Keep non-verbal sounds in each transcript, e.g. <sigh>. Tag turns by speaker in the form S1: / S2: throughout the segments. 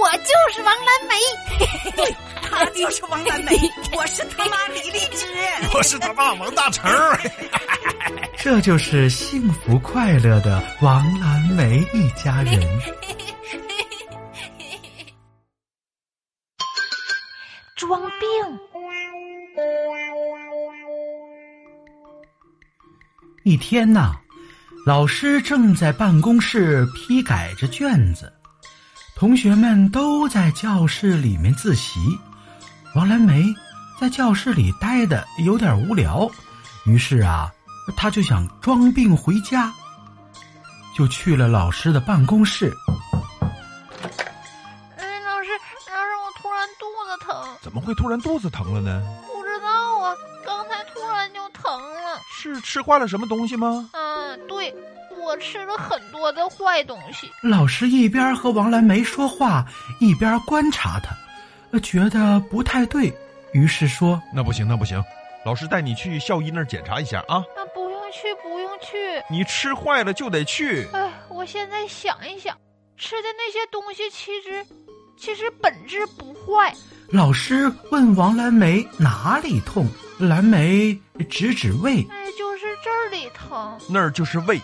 S1: 我就是王蓝梅。
S2: 对，他就是王蓝梅，我是他妈李荔枝，
S3: <laughs> 我是他爸王大成。
S4: 这就是幸福快乐的王蓝梅一家人。
S1: 装病。
S4: 一天呐、老师正在办公室批改着卷子，同学们都在教室里面自习。王蓝梅在教室里待的有点无聊，于是啊，她就想装病回家，就去了老师的办公室。
S1: 哎，老师，老师，我突然肚子疼，
S3: <laughs> 怎么会突然肚子疼了呢？
S1: 不知道啊，刚才突然就疼了。
S3: 是吃坏了什么东西吗？
S1: 嗯，对，我吃了很多的坏东西。
S4: 老师一边和王蓝梅说话，一边观察她，呃觉得不太对，于是说
S3: 那不行，那不行，老师带你去校医那儿检查一下啊！
S1: 啊，不用去，不用去。
S3: 你吃坏了就得去。
S1: 哎，我现在想一想，吃的那些东西其实，其实本质不坏。
S4: 老师问王蓝梅哪里痛，蓝梅指指胃，
S1: 哎，就是这里疼。
S3: 那儿就是胃，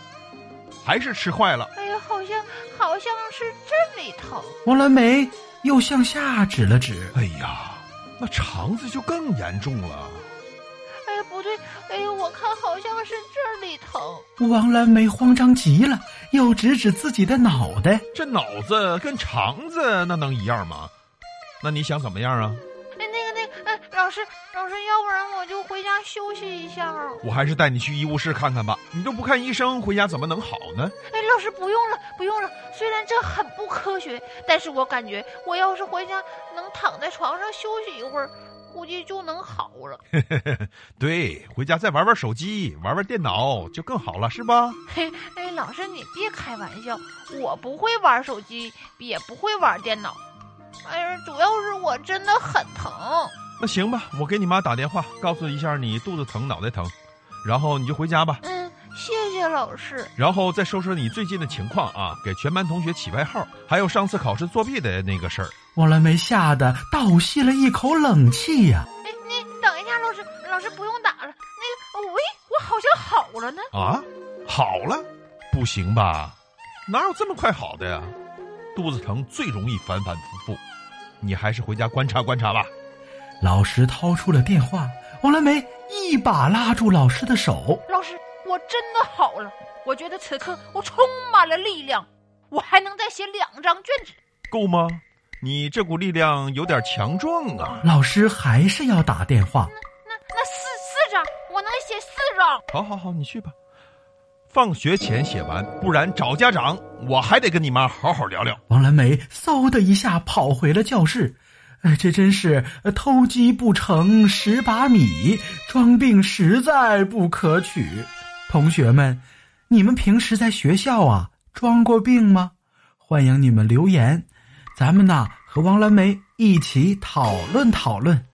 S3: 还是吃坏了。
S1: 哎呀，好像好像是这里疼。
S4: 王蓝梅又向下指了指。
S3: 哎呀，那肠子就更严重了。
S1: 哎呀，不对，哎呀，我看好像是这里疼。
S4: 王蓝梅慌张极了，又指指自己的脑袋。
S3: 这脑子跟肠子那能一样吗？那你想怎么样啊？
S1: 哎，那个那个，哎，老师老师，要不然我就回家休息一下啊。
S3: 我还是带你去医务室看看吧。你都不看医生，回家怎么能好呢？
S1: 哎，老师不用了，不用了。虽然这很不科学，但是我感觉我要是回家能躺在床上休息一会儿，估计就能好了。
S3: 对，回家再玩玩手机，玩玩电脑就更好了，是吧？
S1: 嘿，哎，老师你别开玩笑，我不会玩手机，也不会玩电脑。哎呀，主要是我真的很疼。
S3: 那行吧，我给你妈打电话，告诉一下你肚子疼、脑袋疼，然后你就回家吧，
S1: 嗯，谢谢老师。
S3: 然后再说说你最近的情况啊，给全班同学起外号，还有上次考试作弊的那个事儿。
S4: 王蓝梅吓得倒吸了一口冷气呀、
S1: 哎，那等一下，老师，老师不用打了。那个，喂，我好像好了呢。
S3: 啊，好了，不行吧？哪有这么快好的呀？肚子疼最容易反反复复，你还是回家观察观察吧。
S4: 老师掏出了电话，王蓝梅一把拉住老师的手。
S1: 老师，我真的好了，我觉得此刻我充满了力量，我还能再写两张卷子。
S3: 够吗？你这股力量有点强壮啊！
S4: 老师还是要打电话。
S1: 那那四四张，我能写四张。
S3: 好好好，你去吧。放学前写完，不然找家长，我还得跟你妈好好聊聊。
S4: 王蓝梅嗖的一下跑回了教室。哎，这真是呃偷鸡不成蚀把米，装病实在不可取。同学们，你们平时在学校啊装过病吗？欢迎你们留言，咱们呐和王蓝梅一起讨论讨论。